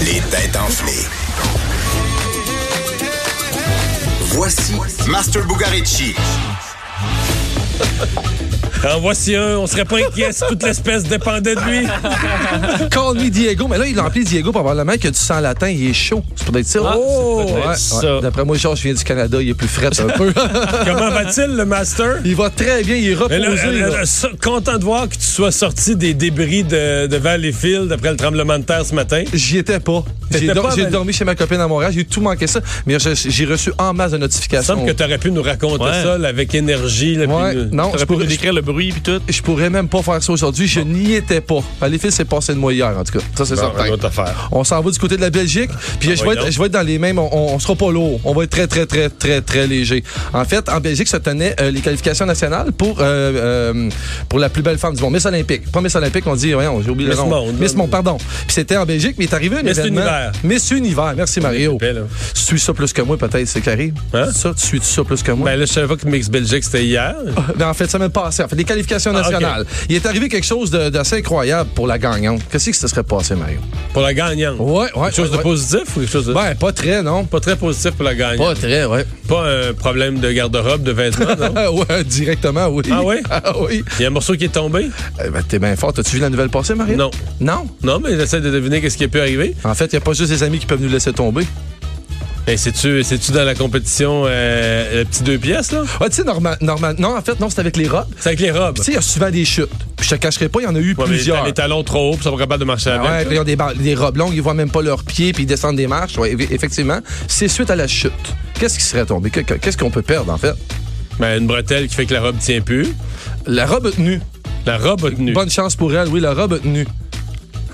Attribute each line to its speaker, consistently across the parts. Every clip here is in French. Speaker 1: Les têtes enflées. Voici Master Bugarici.
Speaker 2: En voici un, on serait pas inquiet si toute l'espèce dépendait de lui.
Speaker 3: Call me Diego. Mais là, il l'a appelé Diego pour avoir la main que du sang latin, il est chaud. C'est peut-être ça.
Speaker 2: Ah,
Speaker 3: oh,
Speaker 2: c'est peut-être ça.
Speaker 3: D'après moi, Georges vient du Canada, il est plus frais un peu.
Speaker 2: Comment va-t-il, le master?
Speaker 3: il va très bien, il est reposé.
Speaker 2: Mais là, euh,
Speaker 3: là.
Speaker 2: euh, so- content de voir que tu sois sorti des débris de, de Valleyfield après le tremblement de terre ce matin.
Speaker 3: J'y étais pas. J'ai
Speaker 2: T'étais
Speaker 3: dor-
Speaker 2: pas,
Speaker 3: j'ai
Speaker 2: mais-
Speaker 3: dormi chez ma copine à Montréal, j'ai tout manqué ça. Mais je- j'ai reçu en masse de
Speaker 2: Il me
Speaker 3: notifications.
Speaker 2: semble que tu aurais pu nous raconter
Speaker 4: Ouais.
Speaker 2: ça là, avec énergie. là,
Speaker 3: Ouais,
Speaker 2: puis nous-
Speaker 3: non, je
Speaker 4: T'aurais pu nous
Speaker 3: pourrais, je,
Speaker 4: décrire le bruit puis tout.
Speaker 3: je pourrais même pas faire ça aujourd'hui. Je n'y étais pas. Enfin, les fils, c'est passé de moi hier, en tout cas. Ça, c'est
Speaker 2: Bon,
Speaker 3: certain.
Speaker 2: Ben, une autre affaire. Ah,
Speaker 3: On s'en va du côté de la Belgique. Puis je, vais
Speaker 2: voyons.
Speaker 3: être, je vais être dans les mêmes. On, on- on sera pas lourd. On va être très, très, très, très, très léger. En fait, en Belgique se tenaient euh, les qualifications nationales pour, euh, euh, pour la plus belle femme du monde. Miss Olympique. Pas Miss Olympique, on dit, voyons, j'ai oublié
Speaker 2: Miss
Speaker 3: le nom.
Speaker 2: Monde,
Speaker 3: Miss
Speaker 2: là.
Speaker 3: Monde, pardon. Puis c'était en Belgique, mais il est arrivé un
Speaker 2: Miss
Speaker 3: événement.
Speaker 2: Univers.
Speaker 3: Miss Univers. Merci, Mario.
Speaker 2: épais, là.
Speaker 3: Tu suis ça plus que moi, peut-être, c'est carré.
Speaker 2: Hein?
Speaker 3: Ça, tu suis ça plus que moi.
Speaker 2: Ben là, je savais pas que Mix Belgique, c'était hier.
Speaker 3: Ben, en fait, semaine passée, en fait, les qualifications
Speaker 2: Ah, ok.
Speaker 3: nationales. Il est arrivé quelque chose de- d'assez incroyable pour la gagnante. Qu'est-ce que ce serait passé, Mario?
Speaker 2: Pour la gagnante.
Speaker 3: Ouais, ouais.
Speaker 2: quelque chose
Speaker 3: Oh. ouais,
Speaker 2: de
Speaker 3: ouais.
Speaker 2: positif ou quelque chose de...
Speaker 3: Ben, pas très, non.
Speaker 2: Pas très positif pour la gagnante.
Speaker 3: Pas très, ouais.
Speaker 2: Pas un problème de garde-robe, de vêtements, non?
Speaker 3: Ah ouais, directement, oui.
Speaker 2: Ah ouais?
Speaker 3: Ah oui.
Speaker 2: Il y a un morceau qui est tombé?
Speaker 3: Eh ben, t'es bien fort. T'as-tu vu la nouvelle passée, Marie?
Speaker 2: Non.
Speaker 3: Non?
Speaker 2: Non, mais j'essaie de deviner qu'est-ce qui a pu arriver.
Speaker 3: En fait, il n'y a pas juste des amis qui peuvent nous laisser tomber.
Speaker 2: Et Ben, c'est-tu, c'est-tu dans la compétition euh, le petit deux pièces, là?
Speaker 3: Ah, tu sais, normal, normal. Non, en fait, non, c'est avec les robes.
Speaker 2: C'est avec les robes.
Speaker 3: Tu sais, il y a souvent des chutes. Puis je te cacherai pas, il y en a eu
Speaker 2: Ouais, mais
Speaker 3: plusieurs.
Speaker 2: t'as les talons trop hauts, puis ils sont pas capables de marcher
Speaker 3: Ah ouais,
Speaker 2: avec.
Speaker 3: puis ils ont des, bar- des robes longues, ils voient même pas leurs pieds, puis ils descendent des marches. Ouais, eff- effectivement, c'est suite à la chute. Qu'est-ce qui serait tombé? Que- que- Qu'est-ce qu'on peut perdre, en fait?
Speaker 2: Ben, une bretelle qui fait que la robe tient plus.
Speaker 3: La robe tenue.
Speaker 2: La robe a tenu.
Speaker 3: Bonne chance pour elle, oui, la robe tenue.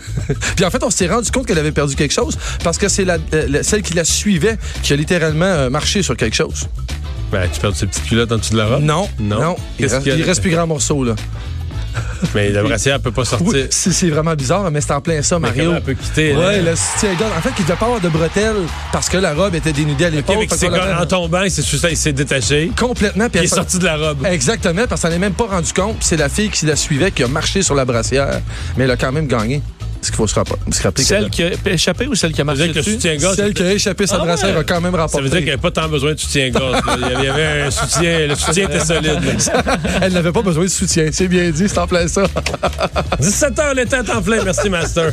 Speaker 3: Puis en fait, on s'est rendu compte qu'elle avait perdu quelque chose parce que c'est la, euh, la- celle qui la suivait qui a littéralement euh, marché sur quelque chose.
Speaker 2: Ben, tu perds ces petites culottes en dessous de la robe?
Speaker 3: Non, non.
Speaker 2: Ah. Non.
Speaker 3: Il,
Speaker 2: Qu'est-ce
Speaker 3: reste,
Speaker 2: qu'il y a
Speaker 3: il
Speaker 2: de-
Speaker 3: reste plus grand morceau, là.
Speaker 2: Mais la brassière peut pas sortir.
Speaker 3: Oui, Oh, c'est c'est vraiment bizarre, mais c'est en plein ça,
Speaker 2: Mais
Speaker 3: Mario.
Speaker 2: comment elle peut quitter, là?
Speaker 3: Ouais, le soutien-gorge. En fait, il devait pas avoir de bretelles parce que la robe était dénudée à
Speaker 2: Ok,
Speaker 3: l'époque.
Speaker 2: mais
Speaker 3: Fait
Speaker 2: c'est
Speaker 3: qu'on
Speaker 2: quand-
Speaker 3: l'avait-
Speaker 2: en tombant, il s'est, suicidé, il s'est détaché.
Speaker 3: Complètement.
Speaker 2: Puis il
Speaker 3: puis elle
Speaker 2: est
Speaker 3: s'en-
Speaker 2: sorti de la robe.
Speaker 3: Exactement, parce qu'elle n'est même pas rendu compte. puis C'est la fille qui la suivait qui a marché sur la brassière, mais elle a quand même gagné. Ce qu'il faut se rappeler. se rappeler
Speaker 4: Celle
Speaker 3: que-
Speaker 4: qui a échappé ou celle qui a marché
Speaker 2: C'est-à-dire que le
Speaker 4: dessus?
Speaker 2: soutien-gorge.
Speaker 3: Celle qui a échappé sa
Speaker 4: Ah ouais.
Speaker 3: brassière a quand même
Speaker 2: Ça
Speaker 3: rapporté.
Speaker 2: veut dire qu'il n'y avait pas tant besoin de soutien-gorge. là. Il y avait- il y avait un soutien. Le soutien était solide. là.
Speaker 3: Elle n'avait pas besoin de soutien. C'est bien dit, c'est en plein ça.
Speaker 2: 17 h, les têtes en flèche. Merci, Master.